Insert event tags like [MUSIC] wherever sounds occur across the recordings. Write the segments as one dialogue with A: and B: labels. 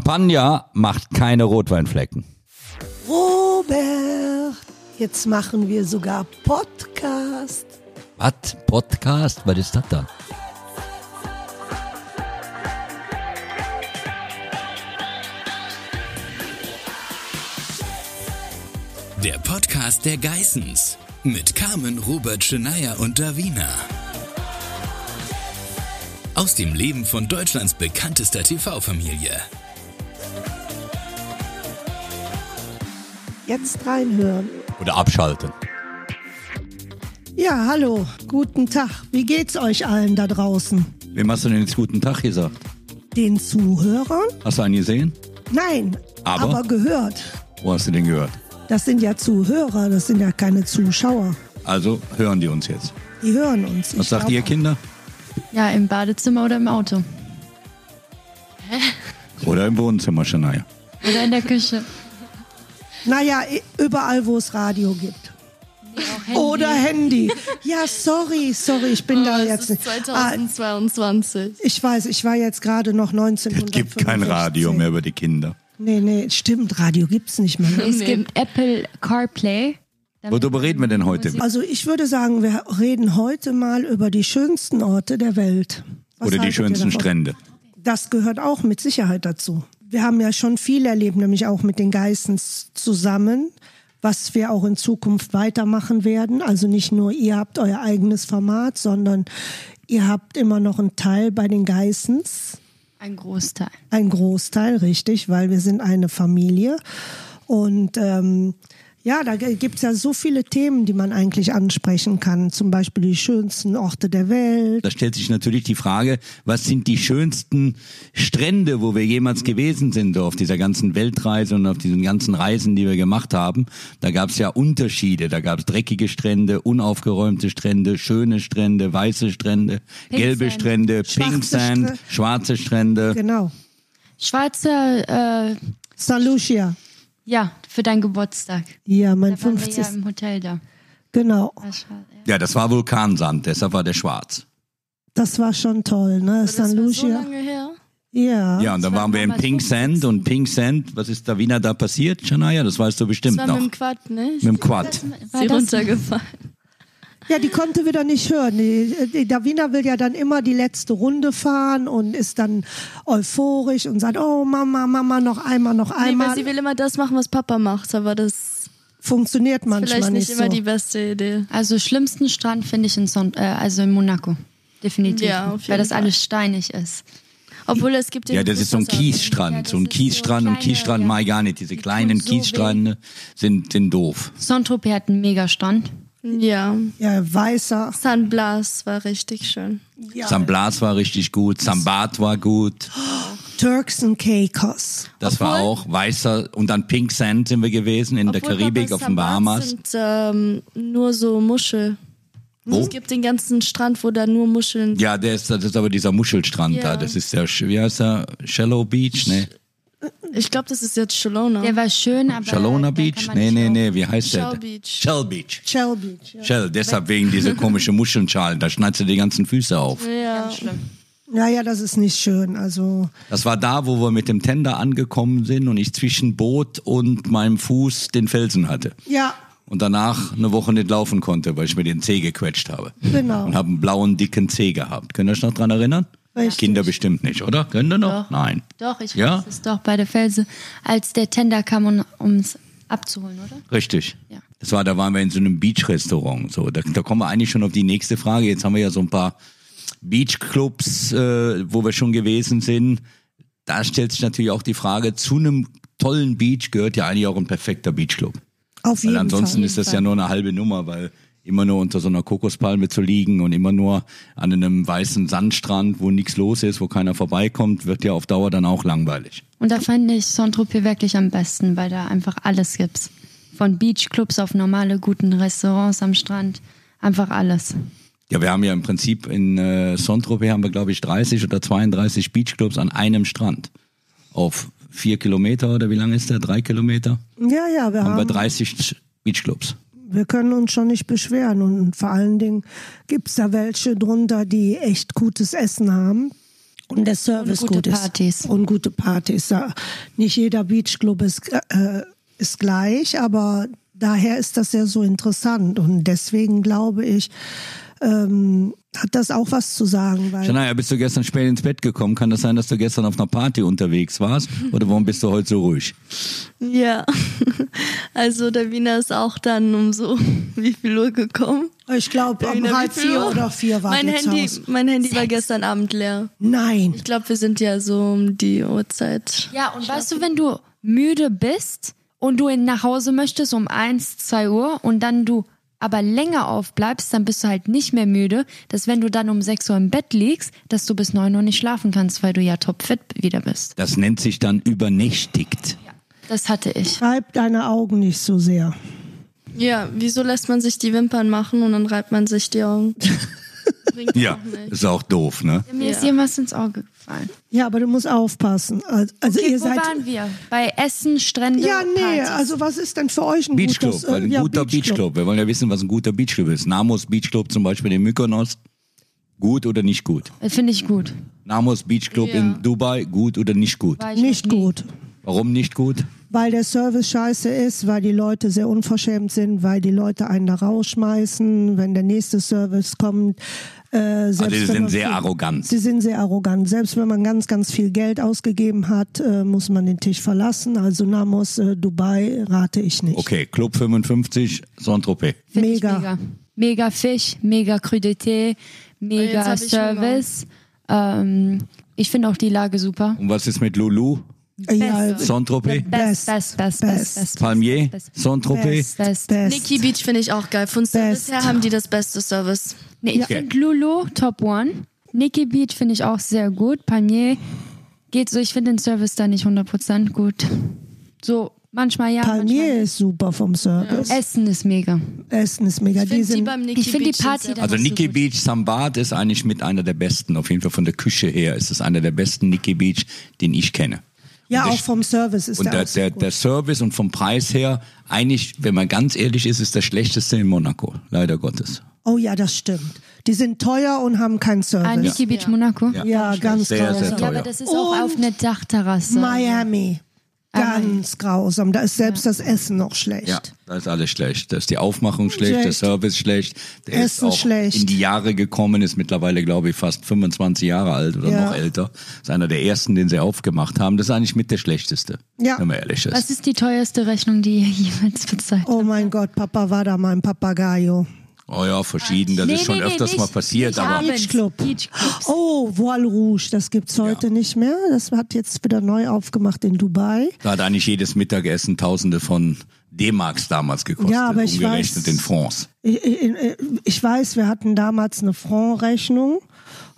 A: Champagner macht keine Rotweinflecken.
B: Robert, jetzt machen wir sogar Podcast.
A: Was? Podcast? Was ist das dann?
C: Der Podcast der Geissens mit Carmen, Robert, Scheneier und Davina. Aus dem Leben von Deutschlands bekanntester TV-Familie.
B: Jetzt reinhören.
A: Oder abschalten.
B: Ja, hallo, guten Tag. Wie geht's euch allen da draußen?
A: Wem hast du denn jetzt guten Tag gesagt?
B: Den Zuhörern?
A: Hast du einen gesehen?
B: Nein,
A: Aber?
B: gehört.
A: Wo hast du den gehört?
B: Das sind ja Zuhörer, das sind ja keine Zuschauer.
A: Also hören die uns jetzt.
B: Die hören uns.
A: Was
B: Ich
A: sagt
B: glaub-
A: ihr Kinder?
D: Ja, im Badezimmer oder im Auto.
A: Oder im Wohnzimmer, Shania?
D: Oder in der Küche.
B: Naja, i- überall, wo es Radio gibt. Oder Handy. Ja, sorry, sorry, ich bin da jetzt nicht. Ah,
D: 2022.
B: ich weiß, ich war jetzt gerade noch 1965.
A: Es gibt kein Radio mehr über die Kinder.
B: Nee, nee, stimmt, Radio gibt's nicht mehr. ne?
D: [LAUGHS] Es gibt Apple CarPlay.
A: Worüber reden wir denn heute?
B: Also ich würde sagen, wir reden heute mal über die schönsten Orte der Welt. Was
A: Oder die
B: haltet ihr
A: schönsten
B: davon?
A: Strände?
B: Das gehört auch mit Sicherheit dazu. Wir haben ja schon viel erlebt, nämlich auch mit den Geissens zusammen, was wir auch in Zukunft weitermachen werden. Also nicht nur ihr habt euer eigenes Format, sondern ihr habt immer noch einen Teil bei den Geissens.
D: Ein Großteil.
B: Ein Großteil, richtig, weil wir sind eine Familie. Und ähm, ja, da gibt es ja so viele Themen, die man eigentlich ansprechen kann. Zum Beispiel die schönsten Orte der Welt.
A: Da stellt sich natürlich die Frage, was sind die schönsten Strände, wo wir jemals gewesen sind, so auf dieser ganzen Weltreise und auf diesen ganzen Reisen, die wir gemacht haben. Da gab es ja Unterschiede. Da gab es dreckige Strände, unaufgeräumte Strände, schöne Strände, weiße Strände, gelbe
D: Sand.
A: Strände, Pink
B: Schwarze
A: Sand,
B: Strä-
A: schwarze Strände.
B: Genau.
D: Schwarzer, äh,
B: St. Lucia.
D: ja, für deinen Geburtstag.
B: Ja, mein
D: Da waren wir
B: 50.
D: ja im Hotel da.
B: Genau.
D: Das war, ja.
A: Ja, das war Vulkansand, deshalb war der schwarz.
B: Das war schon toll, ne? St. Lucia.
D: her.
B: ja.
A: Ja, und dann
D: war
A: waren wir im
D: damals
A: Pink
D: so
A: Sand und Pink Sand, was ist da Wiener da passiert, Shania? Das weißt du bestimmt noch. Mit
D: Quad, ne?
A: dem Quad.
D: War das runtergefallen.
B: ja, die konnte wieder nicht hören. Die, die Davina will ja dann immer die letzte Runde fahren und ist dann euphorisch und sagt, oh Mama, Mama, noch einmal, noch
E: Nee,
B: einmal.
E: weil sie will immer das machen, was Papa macht, aber das ist
B: Funktioniert manchmal
E: vielleicht nicht
B: nicht
E: immer
B: so.
E: die beste Idee.
D: Also schlimmsten Strand finde ich in, Son äh, also in Monaco. Definitiv.
E: Ja, auf jeden
D: weil das
E: Fall.
D: alles steinig ist.
E: Obwohl es gibt
A: Ja, das ist so ein
D: Ja,
A: Kiesstrand,
D: das
A: so ein
D: ist so
A: Kiesstrand und
D: kleine,
A: Kiesstrand
D: ja.
A: mag ich gar nicht. Diese kleinen
D: so weh.
A: Kiesstrände sind, sind doof.
D: Saint-Tropez hat einen Mega-Strand.
E: Ja,
B: ja, weißer.
E: San Blas war richtig schön.
A: Ja. San Blas war richtig gut, San Bart war gut,
B: Turks and Caicos.
A: das war auch weißer und dann Pink Sand sind wir gewesen in der
E: Obwohl
A: Karibik
E: Papas
A: auf den
E: San Blas
A: Bahamas.
E: sind ähm, nur so Muschel.
A: Wo?
E: Es gibt den ganzen Strand, wo da nur Muscheln
A: Ja, der ist, das ist aber dieser Muschelstrand da,
E: Ja.
A: das ist der, Sch- wie heißt der, Shallow Beach, ne?
E: Ich glaube, das ist jetzt Shalona.
D: Der war schön, aber.
A: Shalona
D: da kann
A: Beach?
D: man
A: Nee,
D: nicht
A: nee,
D: auch-
A: nee, wie heißt der?
E: Shell Beach.
A: Shell Beach.
B: Shell Beach. Ja.
A: Shell, deshalb wegen dieser komischen Muschelschalen, da schneidest du die ganzen Füße auf.
E: ja.
B: Naja, das ist nicht schön. Also,
A: Das war da, wo wir mit dem Tender angekommen sind und ich zwischen Boot und meinem Fuß den Felsen hatte.
B: ja,
A: Und danach eine Woche nicht laufen konnte, weil ich mir den Zeh gequetscht habe.
B: Genau.
A: Und habe einen blauen, dicken Zeh gehabt. Könnt ihr euch noch dran erinnern?
B: Richtig.
A: Kinder bestimmt nicht, oder? Könnt ihr noch?
D: Doch.
A: Nein.
D: Doch, ich
A: Ja?
D: weiß es doch bei der Felse. Als der Tender kam, um, um es abzuholen, oder?
A: Richtig.
D: Ja.
A: Das war, da waren wir in so einem Beach-Restaurant. So, da, da kommen wir eigentlich schon auf die nächste Frage. Jetzt haben wir ja so ein paar Beach-Clubs, äh, wo wir schon gewesen sind. Da stellt sich natürlich auch die Frage, zu einem tollen Beach gehört ja eigentlich auch ein perfekter Beach-Club.
B: auf
A: Weil
B: jeden
A: ansonsten
B: Fall.
A: ist das ja nur eine halbe Nummer, weil immer nur unter so einer Kokospalme zu liegen und immer nur an einem weißen Sandstrand, wo nichts los ist, wo keiner vorbeikommt, wird ja auf Dauer dann auch langweilig.
D: Und da fand ich Saint-Tropez wirklich am besten, weil da einfach alles gibt's. Von Beachclubs auf normale, guten Restaurants am Strand. Einfach alles.
A: Ja, wir haben ja im Prinzip in äh, Saint-Tropez haben wir, glaube ich, 30 oder 32 Beachclubs an einem Strand. Auf vier Kilometer oder wie lang ist der? Drei Kilometer?
B: Ja, ja, wir
A: Haben wir
B: haben,
A: 30 Beachclubs.
B: wir können uns schon nicht beschweren. Und vor allen Dingen gibt's da welche drunter, die echt gutes Essen haben. Und der Service
D: Und gute
B: gut ist.
D: Partys.
B: Und gute Partys. Ja. Nicht jeder Beachclub ist, äh, ist gleich, aber daher ist das ja so interessant. Und deswegen glaube ich, ähm, hat das auch was zu sagen. Weil
A: Shania, bist du gestern spät ins Bett gekommen? Kann das sein, dass du gestern auf einer Party unterwegs
B: [LAUGHS]
A: warst? Oder warum bist du heute so ruhig?
E: Ja. [LAUGHS] Also der Wiener ist auch dann um so [LAUGHS] wie viel Uhr gekommen.
B: ich glaube,
E: Der
B: um
E: Wiener, wie
B: halb
E: viel
B: vier
E: Uhr?
B: oder vier war
E: mein
B: jetzt
E: Handy,
B: Haus.
E: mein Handy war gestern Abend leer.
B: Nein.
E: Ich glaube, wir sind ja so um die Uhrzeit.
D: Ja, und weißt du, wenn du müde bist und du in- nach Hause möchtest um 1, 2 Uhr und dann du aber länger aufbleibst, dann bist du halt nicht mehr müde, dass wenn du dann um 6 Uhr im Bett liegst, dass du bis 9 Uhr nicht schlafen kannst, weil du ja topfit wieder bist.
A: Das nennt sich dann übernächtigt.
D: Das hatte ich.
B: Reib deine Augen nicht so sehr.
E: Ja, wieso lässt man sich die Wimpern machen und dann reibt man sich die Augen? Bringt auch nicht.
A: ist auch doof, ne?
D: Mir ist
E: Ja.
D: jemand ins Auge gefallen.
B: Ja, aber du musst aufpassen. Also, also ihr
D: Wo
B: seid.
D: waren wir? Bei Essen, Strände,
B: Ja, nee,
D: Partys.
B: also was ist denn für euch ein
A: Beachclub,
B: gutes äh,
A: weil ein
B: ja,
A: guter Beachclub. Wir wollen ja wissen, was ein guter Beachclub ist. Namos Beachclub zum Beispiel in Mykonos, gut oder nicht gut?
D: Finde ich gut.
A: Namos Beachclub
E: Ja.
A: in Dubai, gut oder nicht gut?
D: War ich
B: Nicht
D: noch nie.
B: gut.
A: Warum nicht gut?
B: weil der Service scheiße ist, weil die Leute sehr unverschämt sind, weil die Leute einen da rausschmeißen, wenn der nächste Service kommt. Äh, selbst
A: Also sie
B: wenn
A: sind
B: man
A: sehr
B: viel-
A: arrogant.
B: Sie sind sehr arrogant. Selbst wenn man ganz, ganz viel Geld ausgegeben hat, äh, muss man den Tisch verlassen. Also Namos äh, Dubai rate ich nicht.
A: Okay, Club 55, Saint-Tropez.
D: Find ich
B: Mega.
D: mega. Mega Fisch, mega Crudité,
E: jetzt
D: mega
E: hab ich
D: Service. Ähm, ich finde auch die Lage super.
A: Und was ist mit Lulu?
B: Ja,
D: Beste.
A: Saint-Tropez?
B: Best,
D: Best, best, best,
B: best,
D: best, best.
A: Palmier?
D: best, best.
A: Saint-Tropez?
D: Best.
B: best.
E: Nikki Beach finde ich auch geil. Von Service
B: Best.
E: her haben die das beste Service.
D: Nee, ich
A: Okay.
D: finde Lulu Top One. Nikki Beat finde ich auch sehr gut. Palmier geht so, ich finde den Service da nicht 100% gut. So, manchmal ja.
B: Palmier
D: manchmal.
B: ist super vom Service.
D: Essen ist mega.
B: Essen ist mega.
E: Ich
B: Die
E: finde die
B: sind,
E: beim Nikki
D: ich find die
E: Beach sind
D: Party
E: sehr-
D: da-
A: Also
D: Das ist
A: Nikki
D: gut.
A: Beach Sambat ist eigentlich mit einer der besten. Auf jeden Fall von der Küche her ist es einer der besten Nikki Beach, den ich kenne.
B: ja,
A: Und
B: auch
A: ich-
B: vom Service ist
A: Und
B: der,
A: der,
B: auch sehr
A: der,
B: gut.
A: der Service und vom Preis her, eigentlich, wenn man ganz ehrlich ist, ist der schlechteste in Monaco, leider Gottes.
B: Oh ja, das stimmt. Die sind teuer und haben keinen
D: Ah,
B: Service.
D: Nikki Beach Monaco. Ja.
B: Ja, ganz
A: sehr,
B: grausam.
A: sehr
D: Ja,
A: teuer.
D: aber das ist auch
B: Und
D: auf einer Dachterrasse.
B: Miami. Ganz grausam. Da ist selbst das Essen noch schlecht.
A: ja, da ist alles schlecht. Da ist die Aufmachung schlecht, der
B: Schlecht.
A: Service schlecht, der ist
B: Essen
A: auch
B: schlecht.
A: in die Jahre gekommen, ist mittlerweile, glaube ich, fast 25 Jahre alt oder
B: Ja.
A: noch älter. Ist einer der ersten, den sie aufgemacht haben. Das ist eigentlich mit der schlechteste,
B: Ja.
A: wenn man ehrlich ist.
D: Was ist die teuerste Rechnung, die ihr [LAUGHS] jemals bezahlt?
B: Oh mein Gott, Papa war da mein Papagayo.
A: Oh ja, verschieden, das
D: Nee,
A: ist schon
D: nee, nee,
A: öfters
D: nicht-
A: mal passiert,
D: nicht
A: aber
D: abends.
B: Beachclub.
D: Beachclubs.
B: Oh, Voile Rouge, das gibt's heute nicht mehr. Das hat jetzt wieder neu aufgemacht in Dubai.
A: da hat eigentlich jedes Mittagessen Tausende von D-Marks damals gekostet,
B: Ja, aber ich
A: umgerechnet
B: weiß-
A: in Francs.
B: Ich, ich, äh, ich weiß, wir hatten damals eine Franc-Rechnung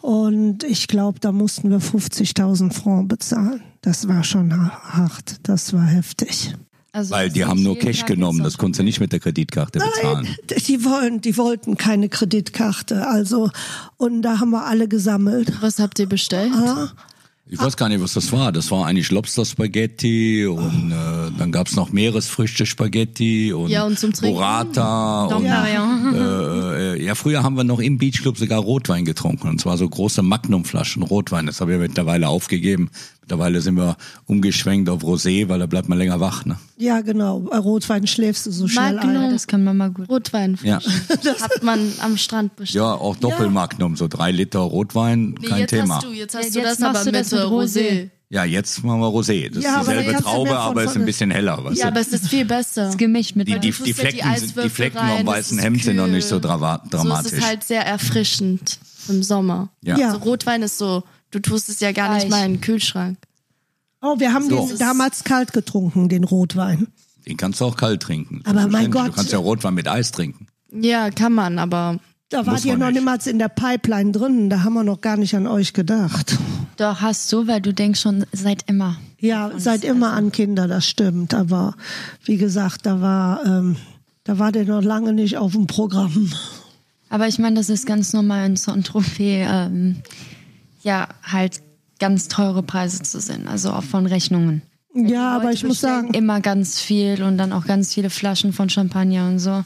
B: und ich glaube, da mussten wir 50.000 Franc bezahlen. Das war schon ha- hart, das war heftig.
D: Also,
A: Weil
D: das
A: die
D: ist
A: haben nur
D: jeden
A: Cash
D: Tag
A: genommen,
D: jetzt
A: das konntest du nicht mit der Kreditkarte bezahlen.
B: [LAUGHS] Die, wollen, die wollten keine Kreditkarte, also und da haben wir alle gesammelt.
E: Was habt ihr bestellt?
B: Oh,
A: Ich weiß gar nicht, was das war. Das war eigentlich Lobster-Spaghetti und äh, dann gab's noch Meeresfrüchte-Spaghetti und,
E: Ja, und zum Trinken?
A: Burrata. Und,
D: Ja.
A: äh, äh, ja, früher haben wir noch im Beachclub sogar Rotwein getrunken und zwar so große Magnumflaschen Rotwein. Das habe ich mittlerweile aufgegeben. Mittlerweile sind wir umgeschwenkt auf Rosé, weil da bleibt man länger wach. Ne?
B: Ja, genau. Bei Rotwein schläfst du so schnell
D: Magnum,
E: genau.
B: ein.
D: das kann man mal gut.
E: Rotwein.
B: [LAUGHS]
A: Ja.
E: Hat man am Strand bestellt.
A: ja, auch Doppelmagnum, so drei Liter Rotwein,
E: Nee,
A: kein
E: jetzt
A: Thema.
E: hast du, jetzt hast
D: Ja,
E: du
D: jetzt
E: das,
D: machst
E: aber
D: du
E: mit,
D: das mit Rosé.
E: Rosé.
A: Ja, jetzt machen wir Rosé. Das
B: Ja, aber
A: ist
B: dann
A: dieselbe
B: kannst du mehr
A: Traube,
B: von
A: aber ist ein
B: vorne-
A: bisschen heller. Weißt
E: Ja,
A: du?
E: aber es ist viel besser.
D: Das Gemischt mit
A: Die, die,
E: Du
A: die
E: tust ja die
A: Flecken, sind- die
E: Eiswürfel
A: Flecken
E: rein,
A: am
E: das
A: weißen
E: ist
A: Hemd sind noch
E: kühl.
A: nicht so drava- dramatisch.
E: So ist es halt sehr erfrischend im Sommer.
A: Ja.
B: Ja.
E: Also Rotwein ist so, du tust es ja gar nicht
D: Gleich.
E: mal in den Kühlschrank.
B: Oh, wir haben
A: So.
B: den damals kalt getrunken, den Rotwein.
A: Den kannst du auch kalt trinken.
B: Aber mein
A: Selbstverständlich. Du
B: Gott.
A: kannst ja Rotwein mit Eis trinken.
E: Ja, kann man, aber
B: Da
A: Muss
B: wart ihr
A: man
B: noch
A: nicht.
B: niemals in der Pipeline drin, da haben wir noch gar nicht an euch gedacht.
D: Doch, hast du, weil du denkst schon seit immer.
B: Ja, seid immer
E: also
B: an Kinder, das stimmt. Aber wie gesagt, da war, ähm, da war der noch lange nicht auf dem Programm.
D: Aber ich meine, das ist ganz normal in Saint-Tropez, ähm, ja, halt ganz teure Preise zu sehen, also auch von Rechnungen.
B: Ja, aber
D: Leute
B: ich muss
D: bestellen
B: sagen,
D: Immer ganz viel und dann auch ganz viele Flaschen von Champagner und so.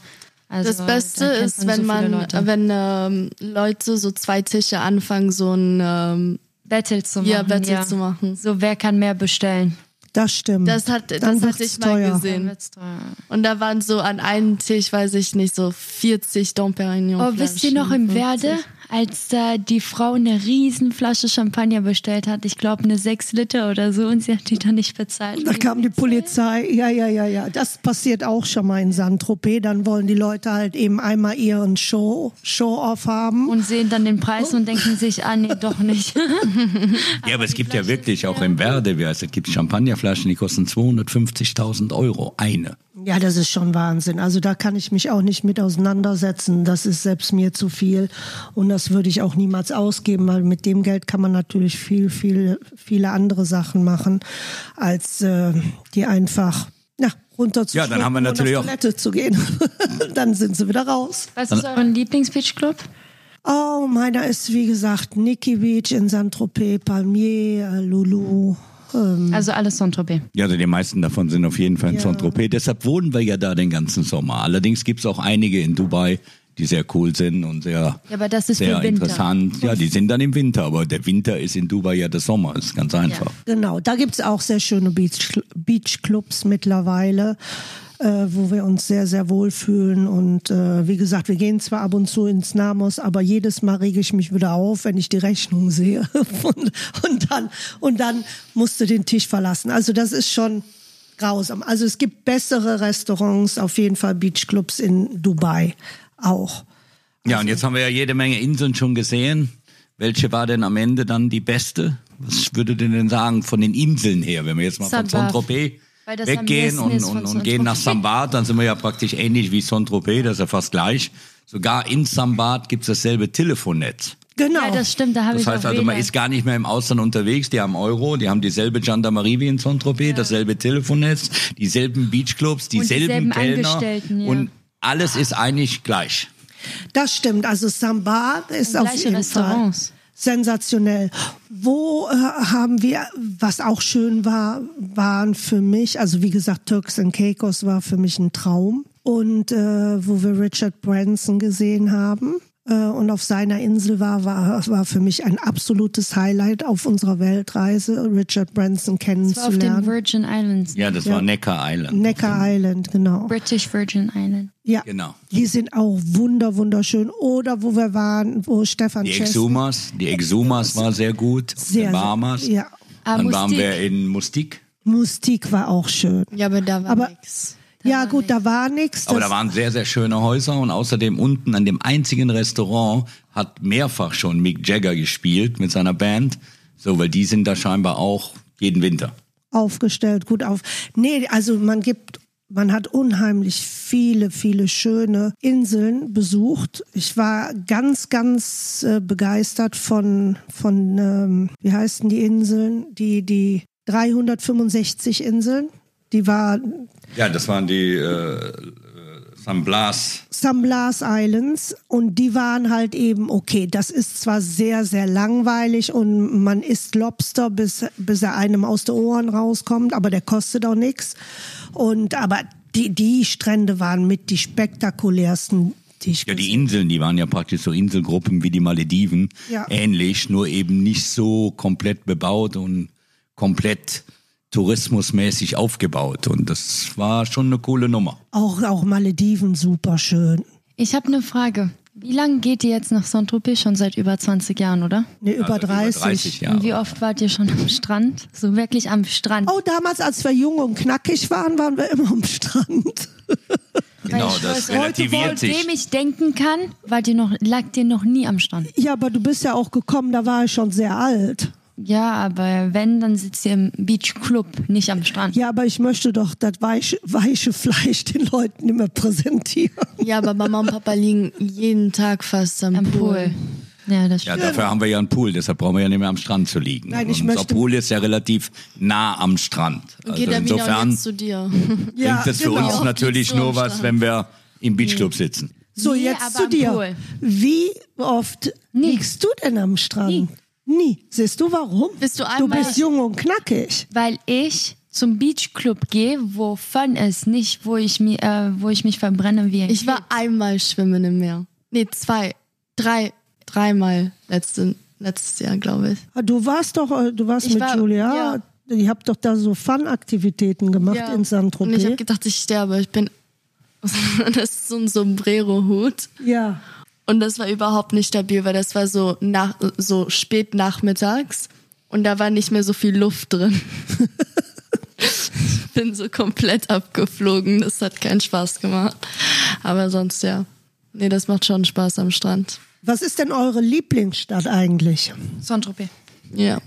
D: Also,
E: das Beste
D: da kennt
E: ist,
D: man
E: wenn
D: so viele
E: man,
D: Leute.
E: wenn ähm, Leute so zwei Tische anfangen, so ein ähm,
D: Battle zu machen.
E: Ja, Battle zu machen.
D: So, wer kann mehr bestellen?
B: Das stimmt.
E: Das hat,
B: Dann
E: das hatte
B: wird's
E: ich mal
B: teuer.
D: Dann
E: gesehen.
D: wird's teuer.
E: Und da waren so an einem Tisch, weiß ich nicht, so 40 Dom Perignon.
D: Oh, wisst ihr noch im Werde, als da die Frau eine Riesenflasche Champagner bestellt hat? Ich glaube, eine 6 Liter oder so und sie hat die dann nicht bezahlt.
B: Da kam die Polizei, ja, ja, ja, ja. Das passiert auch schon mal in Saint-Tropez. Dann wollen die Leute halt eben einmal ihren Show, Show-Off haben.
D: Und sehen dann den Preis und denken sich, ah, nee, doch nicht.
A: Ja, aber es gibt ja wirklich auch im Werde, wie heißt das, gibt Champagnerflaschen, die kosten 250.000 Euro eine.
B: Ja, das ist schon Wahnsinn. Also da kann ich mich auch nicht mit auseinandersetzen. Das ist selbst mir zu viel. Und das würde ich auch niemals ausgeben, weil mit dem Geld kann man natürlich viel, viel, viele andere Sachen machen, als äh, die einfach na, runter zu
A: Ja, dann haben wir natürlich auch-
B: auf Toilette zu gehen. [LAUGHS] dann sind sie wieder raus.
D: [LAUGHS] Was ist euren Lieblings-Beach-Club?
B: Oh, meiner ist wie gesagt Nikki Beach in Saint-Tropez, Palmier, äh, Lulu. Ähm,
D: Also alles Saint-Tropez.
A: Ja, also die meisten davon sind auf jeden Fall in
B: Ja.
A: Saint-Tropez. Deshalb wohnen wir ja da den ganzen Sommer. Allerdings gibt's auch einige in Dubai, die sehr cool sind und sehr,
D: Ja, aber das ist
A: sehr
D: für Winter.
A: interessant. Ja, die sind dann im Winter, aber der Winter ist in Dubai ja der Sommer, ist ganz einfach.
B: Genau, da gibt's auch sehr schöne Beach, Beachclubs mittlerweile, äh, wo wir uns sehr, sehr wohl fühlen. Und äh, wie gesagt, wir gehen zwar ab und zu ins Namos, aber jedes Mal rege ich mich wieder auf, wenn ich die Rechnung sehe. [LAUGHS] Und, und, dann, und dann musst du den Tisch verlassen. Also das ist schon grausam. Also es gibt bessere Restaurants, auf jeden Fall Beachclubs in Dubai auch.
A: Ja, und jetzt haben wir ja jede Menge Inseln schon gesehen. Welche war denn am Ende dann die beste? Was würdet ihr denn sagen von den Inseln her, wenn wir jetzt mal
D: Saint-Barth.
A: von Saint-Tropez
D: Weil das am
A: weggehen
D: nächsten
A: und,
D: ist von
A: und, und
D: Saint-Tropez.
A: gehen nach Sambat, dann sind wir ja praktisch ähnlich wie Saint-Tropez, das ist ja fast gleich. Sogar in Sambat gibt's dasselbe Telefonnetz.
B: Genau.
D: Ja, das stimmt, da habe
A: Das
D: ich
A: heißt
D: auch
A: also, man
D: WLAN.
A: ist gar nicht mehr im Ausland unterwegs, die haben Euro, die haben dieselbe Gendarmerie wie in Saint-Tropez, dasselbe Telefonnetz, dieselben Beachclubs, dieselben,
D: dieselben
A: Kellner
D: Angestellten, ja.
A: und alles ist eigentlich gleich.
B: Das stimmt. Also Sambar ist
D: Und
B: auf
D: gleiche
B: jeden
D: Restaurants.
B: Fall sensationell. Wo äh, haben wir, was auch schön war, waren für mich, also wie gesagt, Turks and Caicos war für mich ein Traum. Und äh, wo wir Richard Branson gesehen haben äh, und auf seiner Insel war, war, war für mich ein absolutes Highlight auf unserer Weltreise, Richard Branson
D: War auf den
B: kennenzulernen.
D: Virgin Islands.
A: Ja, das war Necker Island.
B: Necker Island, genau.
D: British Virgin Island.
B: Ja.
A: Genau.
B: Die sind auch wunder, wunderschön. Oder wo wir waren, wo Stefan
A: Die
B: Chesney-
A: Exumas, die Exumas war sehr gut.
B: Sehr,
A: Sehr, Bahamas.
B: sehr- ja.
D: Ah,
A: Dann waren
D: Mustik.
A: wir in Mustik.
B: Mustik war auch schön.
E: Ja, aber da war
B: Aber-
E: nix.
B: ja, gut, da war nichts.
A: Aber da waren sehr, sehr schöne Häuser und außerdem unten an dem einzigen Restaurant hat mehrfach schon Mick Jagger gespielt mit seiner Band. So, weil die sind da scheinbar auch jeden Winter.
B: aufgestellt, gut auf. Nee, also man gibt, man hat unheimlich viele, viele schöne Inseln besucht. Ich war ganz, ganz äh, begeistert von, von ähm, wie heißen die Inseln? Die, die 365 Inseln. Die war
A: Ja, das waren die äh, äh, San Blas.
B: San Blas Islands und die waren halt eben, okay, das ist zwar sehr, sehr langweilig und man isst Lobster, bis, bis er einem aus den Ohren rauskommt, aber der kostet auch nichts. Und aber die, die Strände waren mit die spektakulärsten, die ich
A: Ja, die
B: gesehen-
A: Inseln, die waren ja praktisch so Inselgruppen wie die Malediven.
B: Ja.
A: Ähnlich, nur eben nicht so komplett bebaut und komplett tourismusmäßig aufgebaut. Und das war schon eine coole Nummer.
B: auch, auch Malediven super schön.
D: Ich habe eine Frage. Wie lange geht ihr jetzt nach Saint-Tropez? Schon seit über 20 Jahren, oder?
B: Ne, über,
A: Also
B: 30.
A: Über 30
D: Und
A: Jahre.
D: wie oft wart ihr schon am Strand? So wirklich am Strand.
B: Oh, damals, als wir jung und knackig waren, waren wir immer am Strand. [LAUGHS]
A: Genau,
D: ich
A: das
D: weiß,
A: relativiert sich.
D: Dem ich denken kann, wart ihr noch, lagt ihr noch nie am Strand.
B: Ja, aber du bist ja auch gekommen, da war ich schon sehr alt.
D: Ja, aber wenn, dann sitzt ihr im Beachclub, nicht am Strand.
B: Ja, aber ich möchte doch das weiche, weiche Fleisch den Leuten immer präsentieren.
E: Ja, aber Mama und Papa liegen jeden Tag fast am,
D: Am Pool. Ja, das
A: Ja,
D: stimmt.
A: dafür haben wir ja einen Pool, deshalb brauchen wir ja nicht mehr am Strand zu liegen.
B: Nein, ich
A: Und unser
B: möchte-
A: Pool ist ja relativ nah am Strand.
E: Und
A: Also
E: geht Amina
A: insofern
E: jetzt zu dir.
A: bringt es für
B: genau.
A: uns natürlich
E: Wie oft liegst du
A: nur
E: am
A: was,
E: Strand?
A: wenn wir im Beachclub sitzen.
B: So,
D: Nee,
B: jetzt
D: aber
B: zu
D: am
B: dir.
D: Pool.
B: Wie oft
D: Nie.
B: liegst du denn am Strand? Nie. Siehst du warum?
E: Bist du einmal-
B: bist jung und knackig.
D: Weil ich zum Beachclub gehe, wo Fun ist, nicht wo ich, mi, äh, wo ich mich verbrenne wie ein
E: Ich war einmal schwimmen im Meer. Nee, zwei, drei, dreimal letzte, letztes Jahr, glaube ich.
B: Du warst doch, äh, du warst
E: Ich
B: mit
E: war-
B: Julia. Ihr habt doch da so Fun-Aktivitäten gemacht
E: Ja.
B: in
E: Und ich habe
B: Saint-Tropez.
E: gedacht, ich sterbe. Ich bin. [LAUGHS] das ist so ein Sombrero-Hut.
B: Ja.
E: Und das war überhaupt nicht stabil, weil das war so, nach, so spät nachmittags und da war nicht mehr so viel
B: [LAUGHS]
E: Luft drin. ich bin so komplett abgeflogen. Das hat keinen Spaß gemacht. Aber sonst ja. Nee, das macht schon Spaß am Strand.
B: Was ist denn eure Lieblingsstadt eigentlich?
D: Saint-Tropez.
E: Ja.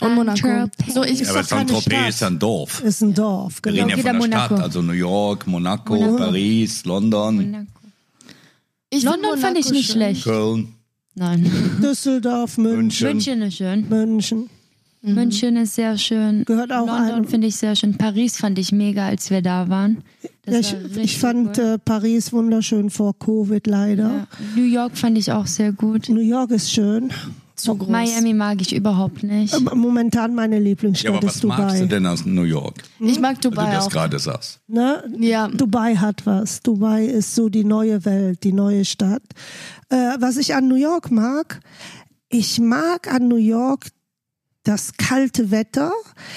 E: Und Monaco.
D: Saint-Tropez.
E: So, ich
B: Ja,
A: Ja,
B: aber
A: aber
B: doch keine Stadt.
A: Saint-Tropez ist ein Dorf.
B: Ist ein Dorf,
A: Wir
B: genau.
A: reden ja
D: Jeder
A: von der Stadt,
D: Monaco.
A: also New York, Monaco, Paris, London,
E: ich find
D: London fand ich
E: Monaco
D: nicht
E: schön.
D: schlecht.
A: Köln,
D: Nein.
B: Düsseldorf, München.
A: München.
D: München ist schön.
B: München.
D: München ist sehr schön.
B: Gehört auch
D: London
B: einem-
D: finde ich sehr schön. Paris fand ich mega, als wir da waren. Das
B: Ich,
D: war
B: ich
D: richtig
B: fand
D: cool.
B: äh, Paris wunderschön vor Covid leider.
D: ja. New York fand ich auch sehr gut.
B: New York ist schön.
E: Zu groß.
D: Miami mag ich überhaupt nicht.
B: Aber Momentan meine
A: Ja,
B: Lieblingsstadt
A: aber was
B: ist Dubai.
A: magst du denn aus New York?
E: Ich
A: Weil
E: mag
A: du
E: Dubai
A: das
E: auch.
A: gerade sagst.
B: Ne?
E: Hm? Ja.
B: Dubai hat was. Dubai ist so die neue Welt, die neue Stadt. Äh, was ich an New York mag, ich mag an New York das kalte Wetter.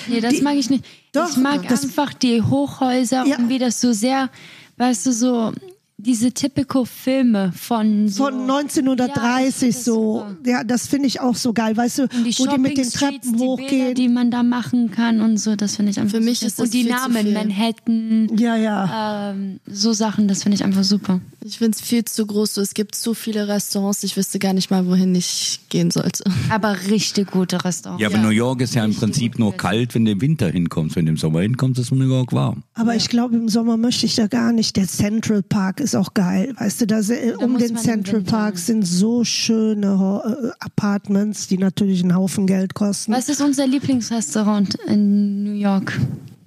D: Nee, das
B: Die-
D: mag ich nicht.
B: Doch,
D: ich mag
B: das-
D: einfach die Hochhäuser
B: Ja.
D: und wie das so sehr, weißt du, so diese typico Filme von so,
B: Von 1930
D: Ja, ich find das
B: so.
D: super.
B: Ja, das finde ich auch so geil. Weißt du,
D: die
B: wo die mit den
D: Shopping-Streets,
B: Treppen
D: die Bilder,
B: hochgehen.
D: die man da machen kann und so, das finde ich einfach
E: Für mich
D: super.
E: ist das
D: und die
E: viel zu
D: Namen
E: viel.
D: Manhattan,
B: ja, ja.
D: ähm, so Sachen, das finde ich einfach super.
E: Ich finde es viel zu groß. So, es gibt zu viele Restaurants. Ich wüsste gar nicht mal, wohin ich gehen
D: [LAUGHS]
E: sollte.
D: Aber richtig gute Restaurants.
A: Ja, aber
E: Ja.
A: New York ist ja im Prinzip nur kalt, wenn du im Winter hinkommst. Wenn du im Sommer hinkommst, ist New York warm.
B: Aber ich glaube, im Sommer möchte ich da gar nicht. Der Central Park ist auch geil. Weißt du, da, se- um
D: muss
B: den
D: man
B: Central
D: im Winter-
B: Park sind so schöne Ho- äh, Apartments, die natürlich einen Haufen Geld kosten.
D: Was ist unser Lieblingsrestaurant in New York?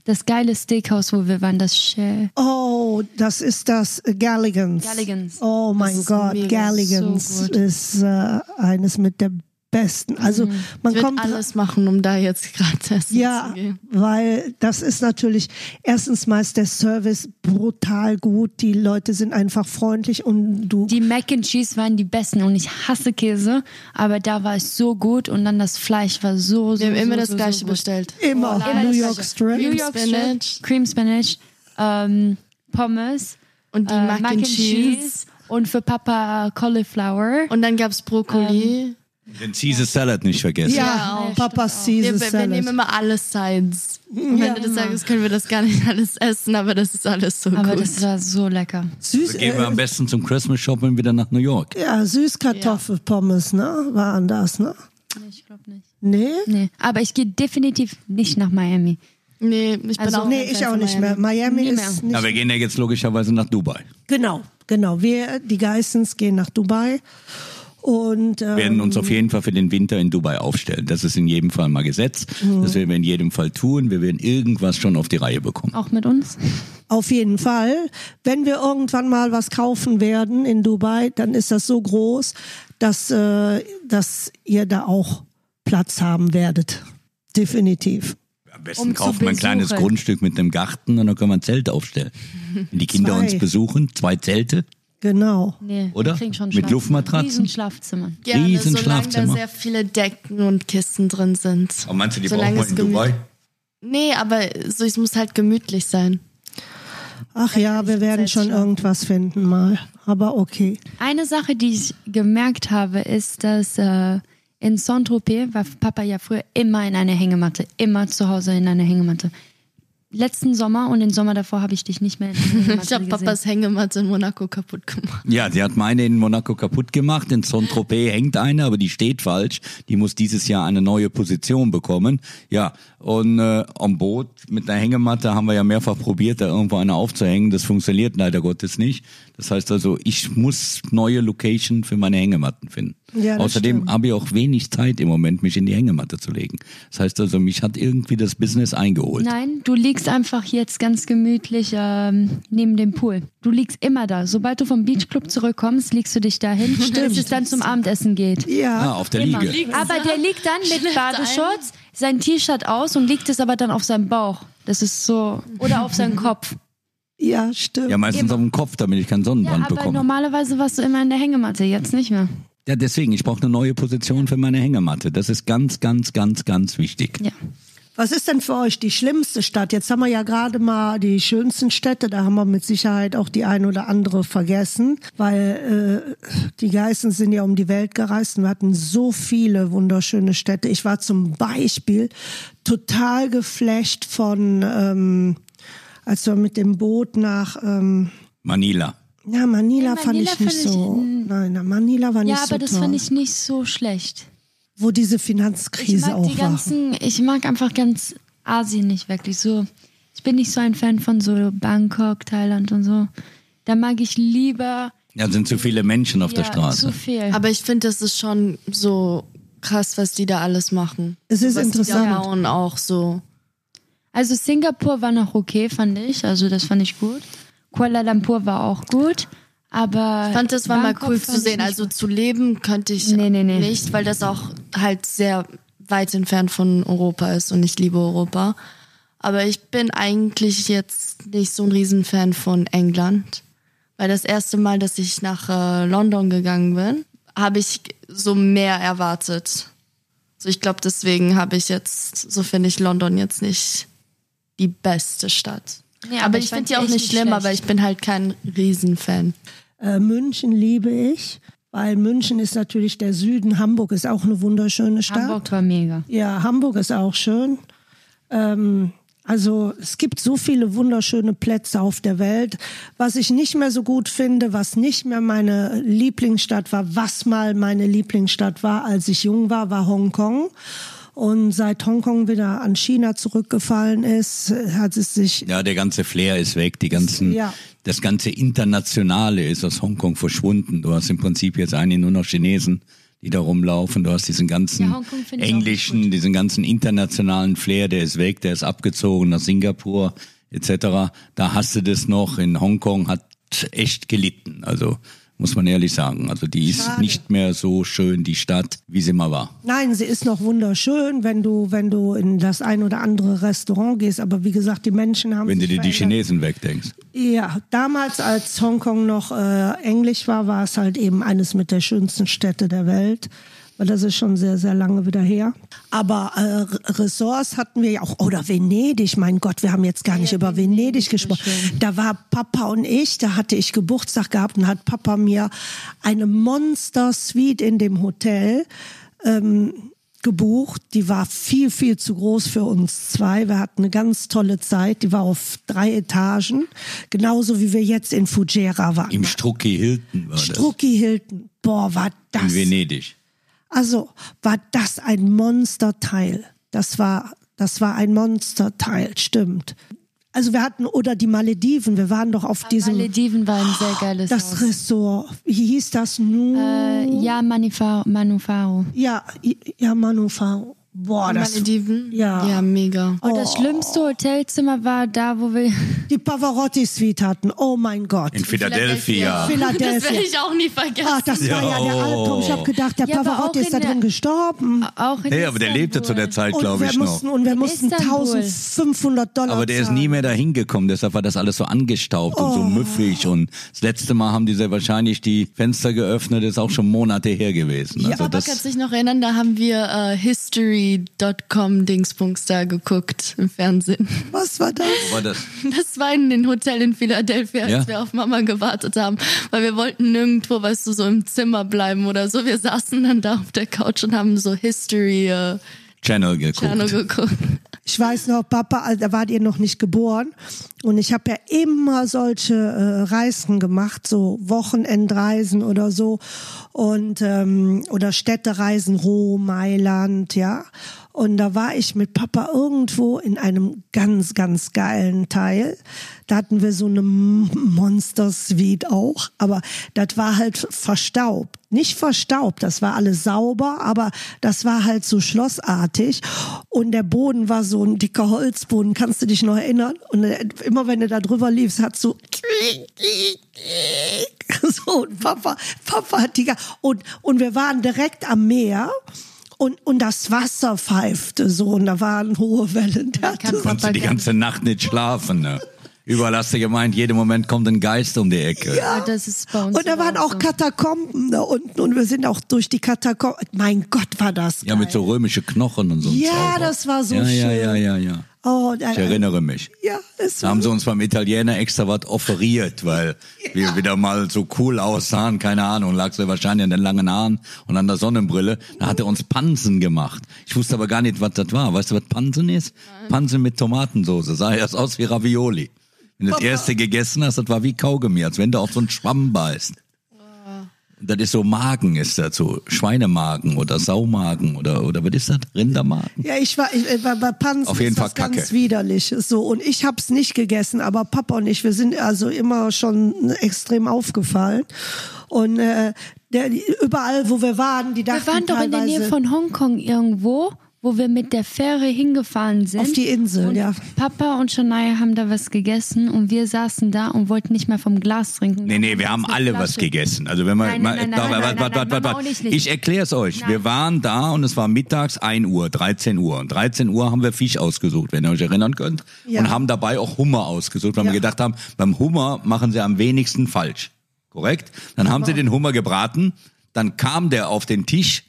D: Das geile Steakhouse, wo wir waren, das Shell.
B: Oh, das ist das äh, Galligans.
D: Galligans.
B: Oh mein
E: ist
B: Gott,
E: mega,
B: Galligans
D: so gut. Mhm.
B: ist äh, eines mit der besten. Also man
E: Ich würde
B: kommt
E: alles machen, um da jetzt gerade essen
B: ja,
E: zu gehen.
B: weil das ist natürlich erstens mal ist der Service brutal gut. Die Leute sind einfach freundlich und du
D: Die Mac and Cheese waren die besten und ich hasse Käse, aber da war es so gut und dann das Fleisch war so, so
E: Wir haben immer
D: so,
E: das
D: so,
E: Gleiche
D: so gut.
E: bestellt.
B: immer
D: Immer
B: New
D: das
B: York
D: Gleiche.
B: Strip.
D: New
E: Cream
D: York
E: Spinach.
D: Strip, Cream Spinach, ähm, Pommes,
E: Und die
D: äh,
E: Mac, and Cheese.
D: und für Papa äh, Cauliflower.
E: Und dann gab's
D: Ähm,
E: Brokkoli.
A: Den Caesar Salad nicht vergessen.
B: Ja,
D: Ja,
B: Papa's
E: wir,
B: Caesar
E: wir, wir nehmen
B: Salad.
E: immer alle Sides.
D: Hm,
E: Am
B: Ja.
E: Ende des Tages können wir das gar nicht [LAUGHS] alles essen, aber das ist alles so
D: aber
E: gut.
D: das war so lecker.
B: Süß,
A: Also gehen wir am
B: äh,
A: besten zum Christmas Shopping wieder nach New York.
B: ja, Süßkartoffelpommes, ne? War anders, ne?
D: Ich glaube nicht.
B: Nee?
D: Nee, aber ich gehe definitiv nicht nach Miami.
E: nee, ich bin
D: Also-
E: auch
B: Nee,
E: kein
B: ich
E: Fan
B: auch
E: von
B: nicht mehr.
E: Miami.
B: Miami
D: Nie
B: ist nicht
A: Ja, wir gehen ja jetzt logischerweise nach Dubai.
B: Genau, genau. Wir, die Geissens, gehen nach Dubai und
A: Wir werden
B: ähm,
A: uns auf jeden Fall für den Winter in Dubai aufstellen. Das ist in jedem Fall mal Gesetz. Das werden wir in jedem Fall tun. Wir werden irgendwas schon auf die Reihe bekommen.
D: Auch mit uns.
B: auf jeden Fall, wenn wir irgendwann mal was kaufen werden in Dubai, dann ist das so groß, dass, äh, dass ihr da auch Platz haben werdet. Definitiv.
A: Am besten
D: Um zu
A: kaufen wir ein kleines
D: besuchen.
A: Grundstück mit einem Garten und dann können wir ein Zelt aufstellen. Wenn die Kinder
B: Zwei.
A: uns besuchen, zwei Zelte.
B: Genau.
D: Nee, wir
A: Oder?
D: kriegen schon
A: Mit
D: Schlafzimmer.
A: Luftmatratzen?
D: Riesen Schlafzimmern.
E: Gerne,
A: Riesen
E: solange da
A: Schlafzimmer.
E: sehr viele Decken und Kissen drin sind.
A: Aber meinst du, die brauchen
E: Solange
A: wir
E: es
A: in Dubai?
E: gemütlich- Nee, aber so, es muss halt gemütlich sein.
B: Ach ja, wir werden schon irgendwas finden mal. Aber okay.
D: Eine Sache, die ich gemerkt habe, ist, dass äh, in Saint-Tropez war Papa ja früher immer in einer Hängematte, immer zu Hause in einer Hängematte. Letzten Sommer und den Sommer davor habe ich dich nicht mehr in
E: [LAUGHS]
D: einer Hängematte
E: Ich habe
D: gesehen.
E: Papas Hängematte in Monaco kaputt gemacht.
A: Ja, sie hat meine in Monaco kaputt gemacht. In Saint-Tropez hängt eine, aber die steht falsch. Die muss dieses Jahr eine neue Position bekommen. Ja, und äh, am Boot mit einer Hängematte haben wir ja mehrfach probiert, da irgendwo eine aufzuhängen. Das funktioniert leider Gottes nicht. Das heißt also, ich muss neue Location für meine Hängematten finden.
B: Ja, das
A: Außerdem
B: stimmt.
A: habe ich auch wenig Zeit im Moment, mich in die Hängematte zu legen. Das heißt also, mich hat irgendwie das Business eingeholt.
D: Nein, du liegst einfach jetzt ganz gemütlich ähm, neben dem Pool. Du liegst immer da. Sobald du vom Beachclub zurückkommst, legst du dich
E: [LAUGHS]
D: dahin, bis es dann zum Abendessen geht.
A: Ah,
B: Ja,
A: auf der
D: Immer.
A: Liege.
D: Aber der liegt dann mit Badeshorts, sein T-Shirt aus und legt es aber dann auf seinen Bauch. Das ist so. Oder auf seinen Kopf.
B: ja, stimmt.
A: Ja, meistens auf dem Kopf, damit ich keinen
D: Ja,
A: Sonnenbrand
D: aber
A: bekomme.
D: normalerweise warst du immer in der Hängematte, jetzt nicht mehr.
A: Ja, deswegen, ich brauche eine neue Position für meine Hängematte. Das ist ganz, ganz, ganz, ganz wichtig.
D: Ja.
B: Was ist denn für euch die schlimmste Stadt? Jetzt haben wir ja gerade mal die schönsten Städte, da haben wir mit Sicherheit auch die ein oder andere vergessen, weil äh, die Geißen sind ja um die Welt gereist und wir hatten so viele wunderschöne Städte. Ich war zum Beispiel total geflecht von, ähm, als wir mit dem Boot nach, ähm,
A: Manila.
B: na, Manila,
D: Ja,
B: fand
D: Manila
B: ich nicht
D: fand ich-
B: so. nein, na, Manila war
D: Ja,
B: nicht so
D: aber das
B: toll,
D: fand ich nicht so schlecht.
B: wo diese
D: Ich
B: Finanzkrise
D: mag
B: auch
D: die
B: war.
D: ganzen, ich mag einfach ganz Asien nicht wirklich. So, ich bin nicht so ein Fan von so Bangkok, Thailand und so. Da mag ich lieber
A: Ja, sind zu viele Menschen auf
D: ja,
A: der
D: zu
A: Straße.
D: viel.
E: Aber ich finde, das ist schon so krass, was die da alles machen.
B: Es ist
E: was Die da
B: interessant.
E: bauen auch so.
D: Also Singapur war noch okay, fand ich. Also das fand ich gut. Kuala Lumpur war auch gut. Aber
E: Ich fand das war
D: Bangkok
E: mal cool
D: fand
E: zu
D: ich
E: sehen.
D: nicht
E: Also
D: gut.
E: zu leben könnte ich
D: Nee, nee, nee.
E: nicht, weil das auch halt sehr weit entfernt von Europa ist und ich liebe Europa. Aber ich bin eigentlich jetzt nicht so ein Riesenfan von England. Weil das erste Mal, dass ich nach äh, London gegangen bin, habe ich so mehr erwartet. So ich glaube, deswegen habe ich jetzt, so finde ich London jetzt nicht die beste Stadt.
D: Nee,
E: aber,
D: aber
E: ich
D: ich
E: finde
D: fand's
E: die auch
D: echt
E: nicht
D: nicht
E: schlimm,
D: schlecht.
E: aber ich bin halt kein Riesenfan.
B: Äh, München liebe ich, weil München ist natürlich der Süden. Hamburg ist auch eine wunderschöne Stadt.
D: Hamburg war mega.
B: Ja, Hamburg ist auch schön. Ähm, also es gibt so viele wunderschöne Plätze auf der Welt. Was ich nicht mehr so gut finde, was nicht mehr meine Lieblingsstadt war, was mal meine Lieblingsstadt war, als ich jung war, war Hongkong. Und seit Hongkong wieder an China zurückgefallen ist, hat es sich
A: Ja, Ah, der ganze Flair ist weg, die ganzen,
B: Ja.
A: das ganze Internationale ist aus Hongkong verschwunden. Du hast im Prinzip jetzt eigentlich nur noch Chinesen, die da rumlaufen. Du hast diesen ganzen
D: Ja, Hongkong find ich auch
A: englischen, diesen ganzen internationalen Flair, der ist weg, der ist abgezogen nach Singapur etc. Da hast du das noch. In Hongkong hat echt gelitten. Also muss man ehrlich sagen. Also die ist nicht mehr so schön, die Stadt, wie sie mal war.
B: Nein, sie ist noch wunderschön, wenn du, wenn du in das ein oder andere Restaurant gehst. Aber wie gesagt, die Menschen haben
A: Wenn du
B: sich
A: dir die
B: verändert.
A: Chinesen wegdenkst.
B: Ja, damals, als Hongkong noch äh, englisch war, war es halt eben eines mit der schönsten Städte der Welt. Weil das ist schon sehr, sehr lange wieder her. Aber äh, Re- Ressorts hatten wir ja auch. Oder Venedig, mein Gott, wir haben jetzt gar nicht über Venedig gesprochen. Da war Papa und ich, da hatte ich Geburtstag gehabt und hat Papa mir eine Monster-Suite in dem Hotel gebucht. Die war viel, viel zu groß für uns zwei. Wir hatten eine ganz tolle Zeit. Die war auf drei Etagen. Genauso wie wir jetzt in Fujera waren.
A: Im Strucki Hilton war
B: Strucki Hilton. Boah, war
A: das. In
B: das.
A: Venedig.
B: Also, war das ein Monsterteil. Das war, das war ein Monsterteil, stimmt. Also wir hatten, oder die Malediven, wir waren doch auf diesem,
D: Malediven war ein sehr geiles
B: das
D: Haus.
B: Ressort, wie hieß das nun?
D: Äh, ja, Manifa- Manufaro.
B: ja, i- ja, Manufaro. Boah, das,
E: Malediven?
B: ja.
E: Ja, mega.
D: Und Oh,
B: Oh.
D: das schlimmste Hotelzimmer war da,
B: [LAUGHS]
D: wo wir
B: die Pavarotti-Suite hatten. Oh mein Gott.
A: In Philadelphia.
E: Das werde
B: Philadelphia.
E: ich auch nie vergessen.
B: Ach,
D: Ah,
B: Ah, das war ja der
A: Ja, oh.
B: Albtraum. Ich habe gedacht, der
D: Ja, aber
B: Pavarotti
D: auch
B: ist da
D: in der-
B: drin gestorben.
D: auch in
A: Nee, aber der lebte zu der Zeit,
B: Und
A: glaube
B: wir
A: ich, noch.
B: mussten, und wir mussten
D: Istanbul.
B: 1500 Dollar
A: Aber der ist nie
B: zahlen.
A: mehr dahin gekommen, deshalb war das alles so angestaubt und so müffig. Und das letzte Mal haben die sehr wahrscheinlich die Fenster geöffnet, ist auch schon Monate her gewesen. also
E: Papa kann
A: das,
E: sich noch erinnern, da haben wir äh, history.com Dingsbums da geguckt im Fernsehen. [LAUGHS]
B: Was war das?
A: war das.
E: Das war in dem Hotel in Philadelphia, als
A: Ja.
E: wir auf Mama gewartet haben, weil wir wollten nirgendwo, weißt du, so im Zimmer bleiben oder so. Wir saßen dann da auf der Couch und haben so History äh,
A: Channel geguckt.
E: Channel geguckt.
B: Ich weiß noch, Papa, also da wart ihr noch nicht geboren. Und ich habe ja immer solche äh, Reisen gemacht, so Wochenendreisen oder so. Und ähm, oder Städtereisen, Rom, Mailand, ja. Und da war ich mit Papa irgendwo in einem ganz, ganz geilen Teil. Da hatten wir so eine M- Monster-Suite auch, aber das war halt verstaubt. Nicht verstaubt, das war alles sauber, aber das war halt so schlossartig. Und der Boden war so ein dicker Holzboden, kannst du dich noch erinnern? Und äh, immer wenn du da drüber liefst, hat so [LAUGHS] so und Papa, Papa hat die ga- und und wir waren direkt am Meer. Und, und das Wasser pfeifte so und da waren hohe Wellen. Der hatte
A: Konntest du die ganze Nacht nicht schlafen. Ne? Überall hast du gemeint, jeden Moment kommt ein Geist um die Ecke.
D: Ja, Ah, das ist bei uns.
B: Und da waren auch
D: überhaupt so.
B: Katakomben da unten und wir sind auch durch die Katakomben. Mein Gott, war das
A: Ja,
B: geil.
A: mit so römische Knochen und so. einem
B: Ja,
A: Zauber.
B: das war so
A: ja, Ja,
B: schön.
A: ja, ja, ja.
B: Oh, da,
A: Ich erinnere mich.
B: Ja, es
A: Da
B: war
A: haben sie uns beim Italiener extra was offeriert, weil wir wieder mal so cool aussahen, keine Ahnung, lag so wahrscheinlich an den langen Haaren und an der Sonnenbrille. Da hat er uns Pansen gemacht. Ich wusste aber gar nicht, was das war. Weißt du, was Pansen ist? Pansen mit Tomatensoße. Sah erst aus wie Ravioli. Wenn du das erste gegessen hast, das war wie Kaugummi, als wenn du auf so einen Schwamm beißt. Das ist so Magen ist dazu. Schweinemagen oder Saumagen oder, oder was ist das? Rindermagen?
B: Ja, ich war, ich, äh, bei, bei Pansen
A: Auf jeden
B: ist
A: Fall
B: das ganz
A: Kacke.
B: widerlich. So und ich hab's nicht gegessen, aber Papa und ich, wir sind also immer schon extrem aufgefallen und äh, der, überall, wo wir waren, die dachten
D: Wir waren doch in der Nähe
B: teilweise-
D: von Hongkong irgendwo, wo wir mit der Fähre hingefahren sind.
B: Auf die Insel,
D: und
B: ja.
D: Papa und Shania haben da was gegessen und wir saßen da und wollten nicht mal vom Glas trinken.
A: Nee, nee, wir haben
D: Eine
A: alle
D: Flasche.
A: was gegessen. Also wenn man,
D: Nein, nein,
A: man-
D: nein,
A: doch,
D: nein,
A: warte, warte,
D: nein, nein,
A: warte,
D: nein,
A: warte.
D: nein, auch nicht.
A: ich erkläre es euch. Wir waren da und es war mittags 1 Uhr, 13 Uhr. Und 13 Uhr haben wir Fisch ausgesucht, wenn ihr euch erinnern könnt.
B: Ja.
A: Und haben dabei auch Hummer ausgesucht, weil wir
B: Ja.
A: gedacht haben, beim Hummer machen sie am wenigsten falsch. Korrekt? Dann haben
B: Genau.
A: sie den Hummer gebraten, dann kam der auf den Tisch,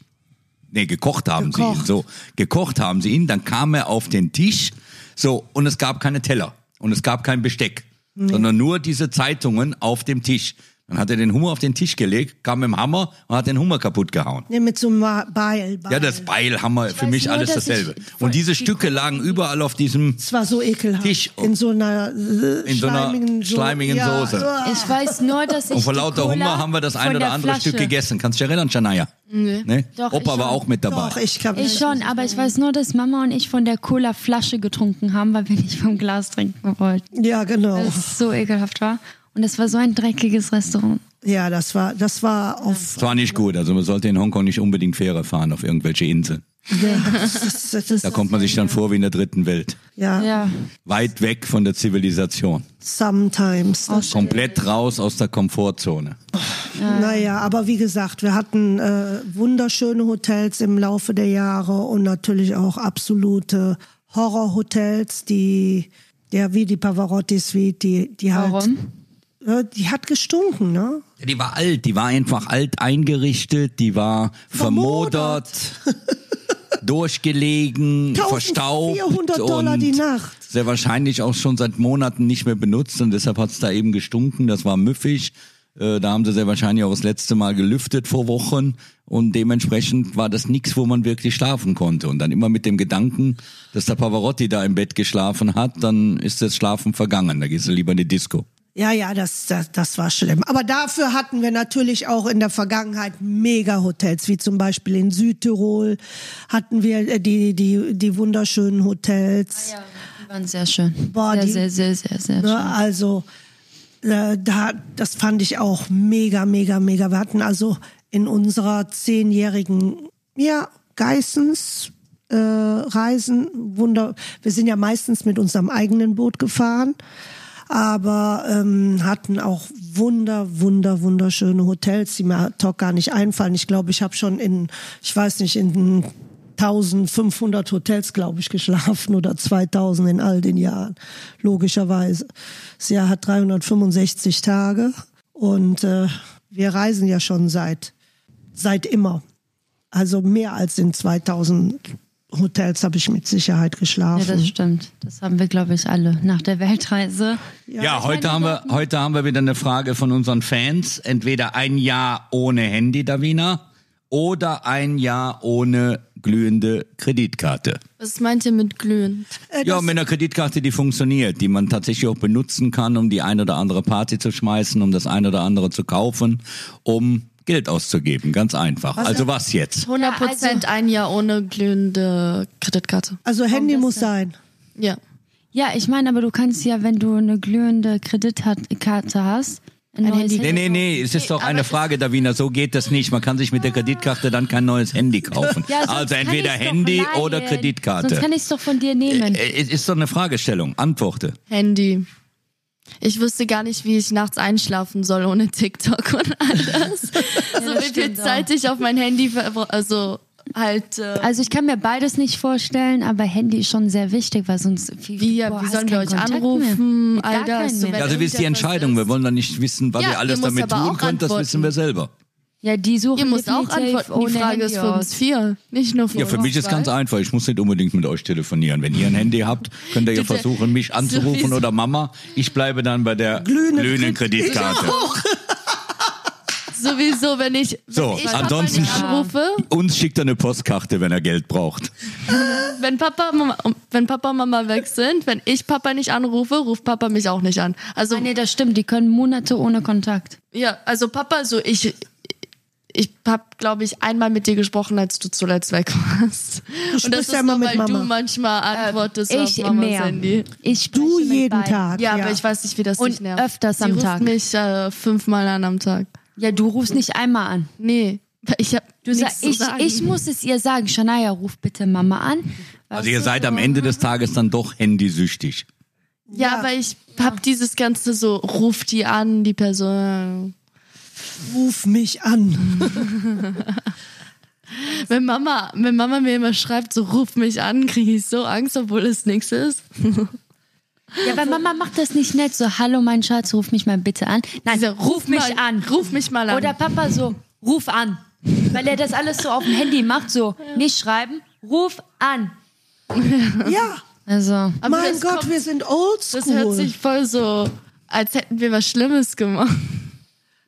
A: Nee, gekocht haben sie ihn.
B: Gekocht.
A: So, gekocht haben sie ihn, dann kam er auf den Tisch. So, und es gab keine Teller und es gab kein Besteck, sondern nur diese Zeitungen auf dem Tisch. Dann hat er den Hummer auf den Tisch gelegt, kam mit dem Hammer und hat den Hummer kaputt gehauen.
B: Nee, mit so einem Ma- Beil. Beil.
A: Ja, das Beil, Hammer, für mich
D: nur,
A: alles
D: dass ich-
A: dasselbe. und diese
D: die
A: Stücke lagen überall auf diesem,
B: Es war so ekelhaft.
A: Tisch.
B: In so einer, äh,
A: in so einer
B: schleimigen, so
A: schleimigen
B: ja,
A: Soße.
B: uah.
D: Ich weiß nur, dass ich.
A: Und vor
D: die
A: lauter
D: Cola
A: Hummer haben wir das ein
D: von
A: oder
D: der
A: andere
D: Flasche-
A: Stück gegessen. Kannst du dich erinnern, Shania? Nee.
D: Doch,
A: Opa
D: ich
A: war
D: schon.
A: auch mit dabei.
B: Doch, ich kann
D: Ich schon, aber ich weiß nur, dass Mama und ich von der Cola-Flasche getrunken haben, weil wir nicht vom Glas trinken wollten.
B: Ja, genau.
D: Weil es so ekelhaft war. Und das war so ein dreckiges Restaurant.
B: ja, das war, das war auf,
A: Das war nicht gut. Also man sollte in Hongkong nicht unbedingt Fähre fahren auf irgendwelche Inseln.
B: ja, das, das, das, das,
A: Da kommt man sich dann vor wie in der dritten Welt.
B: ja,
D: Ja.
A: Weit weg von der Zivilisation.
B: sometimes. Das,
A: Komplett raus aus der Komfortzone.
B: Naja, aber wie gesagt, wir hatten äh, wunderschöne Hotels im Laufe der Jahre und natürlich auch absolute Horrorhotels, die, ja, wie die Pavarotti Suite, die, die halt,
D: Warum?
B: Äh, die hat gestunken, ne?
A: Die war alt, die war einfach alt eingerichtet, die war vermodert,
B: [LAUGHS]
A: durchgelegen,
B: 1400
A: verstaubt.
B: Dollar
A: und
B: die Nacht.
A: Sehr wahrscheinlich auch schon seit Monaten nicht mehr benutzt und deshalb hat's da eben gestunken, das war müffig. Äh, Da haben sie sehr wahrscheinlich auch das letzte Mal gelüftet vor Wochen und dementsprechend war das nichts, wo man wirklich schlafen konnte. Und dann immer mit dem Gedanken, dass der Pavarotti da im Bett geschlafen hat, dann ist das Schlafen vergangen. Da gehst du lieber in die Disco.
B: Ja, ja, das, das, das war schlimm. Aber dafür hatten wir natürlich auch in der Vergangenheit Mega-Hotels, wie zum Beispiel in Südtirol hatten wir äh, die, die, die wunderschönen Hotels.
D: Ja, die waren sehr schön.
B: Boah, die-
D: sehr, sehr, sehr, sehr, sehr schön.
B: Ne? Also äh, da, das fand ich auch mega, mega, mega. Wir hatten also in unserer zehnjährigen, ja, Geissens äh, Reisen, Wunder. Wir sind ja meistens mit unserem eigenen Boot gefahren, aber ähm, hatten auch wunder, wunder, wunderschöne Hotels, die mir ad hoc gar nicht einfallen. Ich glaube, ich habe schon in, ich weiß nicht, in 1500 Hotels, glaube ich, geschlafen oder 2000 in all den Jahren. Logischerweise. Das Jahr hat 365 Tage und äh, wir reisen ja schon seit, seit immer. Also mehr als in 2000 Hotels habe ich mit Sicherheit
D: Ja, das
B: geschlafen.
D: stimmt. Das haben wir, glaube ich, alle nach der Weltreise.
A: Ja, heute, haben wir, heute haben wir wieder eine Frage von unseren Fans. Entweder ein Jahr ohne Handy, Davina, oder ein Jahr ohne glühende Kreditkarte.
E: Was meint ihr mit glühend?
B: Äh,
A: ja, mit einer Kreditkarte, die funktioniert, die man tatsächlich auch benutzen kann, um die ein oder andere Party zu schmeißen, um das ein oder andere zu kaufen, um Geld auszugeben. Ganz einfach. also was jetzt?
E: 100%
D: also-
E: ein Jahr ohne glühende Kreditkarte.
B: also Handy muss sein.
E: Ja.
D: Ja, ich meine, aber du kannst ja, wenn du eine glühende Kreditkarte hast, ein neues
E: Handy.
A: Nee,
D: Handy.
A: nee, nee, es ist doch eine Frage, Davina, so geht das nicht. Man kann sich mit der Kreditkarte dann kein neues Handy kaufen.
D: Ja, sonst
A: also
D: kann
A: entweder
D: ich's doch
A: Handy
D: leihen.
A: oder Kreditkarte.
D: Sonst kann ich es doch von dir nehmen.
A: Äh, Es ist doch eine Fragestellung. Antworte.
E: Handy. Ich wüsste gar nicht, wie ich nachts einschlafen soll
D: [LAUGHS]
E: ohne TikTok und alles. so wie viel
D: stimmt auch.
E: Zeit ich auf mein Handy verbra- also halt. Äh,
D: Also ich kann mir beides nicht vorstellen, aber Handy ist schon sehr wichtig, weil sonst wie,
E: wie,
D: boah,
E: wie
D: hast
E: sollen wir
D: keinen
E: euch
D: Kontakt
E: anrufen?
D: Mehr. Mit
E: All
D: gar
E: das.
D: keinen
E: So,
D: mehr.
E: wenn
A: Also wisst die
E: irgendetwas
A: Entscheidung.
E: ist-
A: Wir wollen dann nicht wissen, was
E: Ja,
A: ihr alles
E: ihr müsst
A: damit
E: aber
A: tun
E: auch
A: könnt. Das wissen wir selber.
D: Ja, die suchen
E: Ihr müsst auch
D: definitiv
E: antworten. Die
D: ohne
E: Frage
D: Handy
E: ist für
D: aus.
E: uns vier, nicht nur für
A: Ja, für mich ist ganz einfach. Ich muss nicht unbedingt mit euch telefonieren. Wenn ihr ein Handy habt, könnt ihr ja
E: Bitte.
A: versuchen, mich anzurufen
E: Sowieso.
A: oder Mama. Ich bleibe dann bei der glühenden Kreditkarte.
E: Sowieso, wenn ich. Wenn
A: So,
E: ich
A: ansonsten-
E: Papa nicht anrufe,
A: Uns schickt er eine Postkarte, wenn er Geld braucht.
E: wenn Papa, und Mama, wenn Papa und Mama weg sind, wenn ich Papa nicht anrufe, ruft Papa mich auch nicht an. Also,
D: Ah, nee, das stimmt. Die können Monate ohne Kontakt.
E: ja, also Papa, so ich. Ich hab, glaube ich, einmal mit dir gesprochen, als du zuletzt weg warst.
B: sprichst ja immer mit
E: weil du
B: Mama.
E: manchmal antwortest auf
D: Äh, ich
E: Mamas
D: mehr.
E: Handy.
D: Ich
B: Du
D: spreche mit
B: jeden
D: beiden.
B: Tag.
E: Ja, aber ich weiß nicht, wie das
D: Und
E: dich nervt.
D: öfters
E: Sie
D: am
E: ruft
D: Tag.
E: mich äh, fünfmal an am Tag.
D: Ja, du rufst nicht einmal an.
E: Nee, weil ich hab
D: Du
E: nichts
D: sagst,
E: zu
D: ich,
E: sagen.
D: ich muss es ihr sagen. Shania, ruf bitte Mama an.
A: Also ihr seid am Ende des Tages dann doch handysüchtig.
E: Ja,
B: Ja.
E: aber ich hab dieses ganze so, ruf die an, die Person.
B: Ruf mich
E: [LAUGHS]
B: an.
E: Wenn Mama, wenn Mama mir immer schreibt, so ruf mich an, kriege ich so Angst, obwohl es nichts ist.
D: Ja, weil Mama macht das nicht nett. So, hallo, mein Schatz, ruf mich mal bitte an. Nein,
E: Dieser,
D: ruf mich
E: mal,
D: an.
E: Ruf mich mal an.
D: Oder Papa so, ruf an. Weil er das alles so auf dem Handy macht, so, nicht schreiben, ruf an.
B: Ja,
D: Also,
E: Aber
B: mein
E: das
B: Gott,
E: kommt-
B: wir sind old
E: das
B: school.
E: hört sich voll so, als hätten wir was Schlimmes gemacht.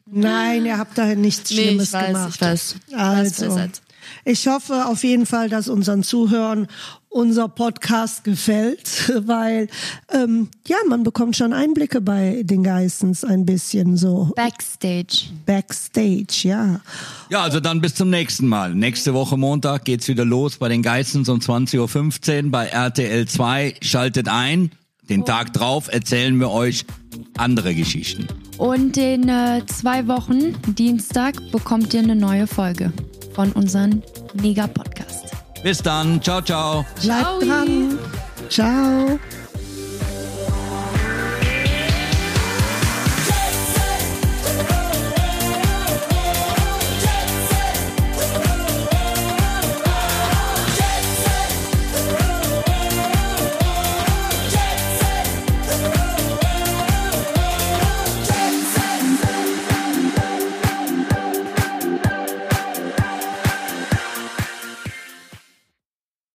B: Nein, ihr habt da nichts
E: Nee, ich
B: Schlimmes
E: weiß,
B: gemacht.
E: ich weiß. Ich weiß, was ihr
B: Also,
E: seid.
B: ich hoffe auf jeden Fall, dass unseren Zuhörern unser Podcast gefällt, [LAUGHS] weil ähm, ja, man bekommt schon Einblicke bei den Geissens ein bisschen so
D: Backstage.
B: backstage, ja.
A: Ja, also dann bis zum nächsten Mal. Nächste Woche Montag geht's wieder los bei den Geistens um 20.15 Uhr bei RTL 2. Schaltet ein. Den Tag drauf erzählen wir euch andere Geschichten.
D: Und in äh, zwei Wochen, Dienstag, bekommt ihr eine neue Folge von unserem Mega-Podcast.
A: Bis dann. Ciao, ciao.
B: Bleibt dran. Ciao.